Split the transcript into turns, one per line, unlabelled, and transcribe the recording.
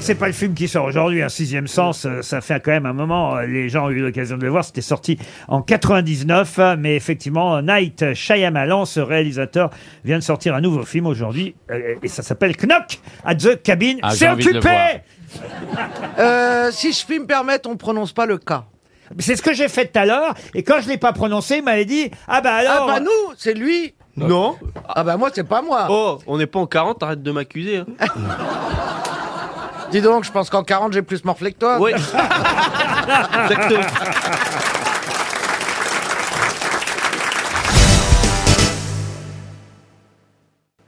C'est pas le film qui sort aujourd'hui, un sixième sens, euh, ça fait quand même un moment, euh, les gens ont eu l'occasion de le voir, c'était sorti en 99, euh, mais effectivement, Night Shyamalan, ce réalisateur, vient de sortir un nouveau film aujourd'hui, euh, et ça s'appelle Knock at the Cabin,
Ah, j'ai
c'est
envie de le
occupé
voir.
Euh, si je puis me permettre, on prononce pas le K. Ah
C'est ce que j'ai fait tout à l'heure, et quand je l'ai pas prononcé, il m'avait dit, ah bah alors...
Ah bah nous, c'est lui.
Non.
Ah bah moi, c'est pas moi.
Oh, on n'est pas en 40, arrête de m'accuser. hein.
Dis donc, je pense qu'en 40, j'ai plus morflé que toi.
Ouais. Exactement.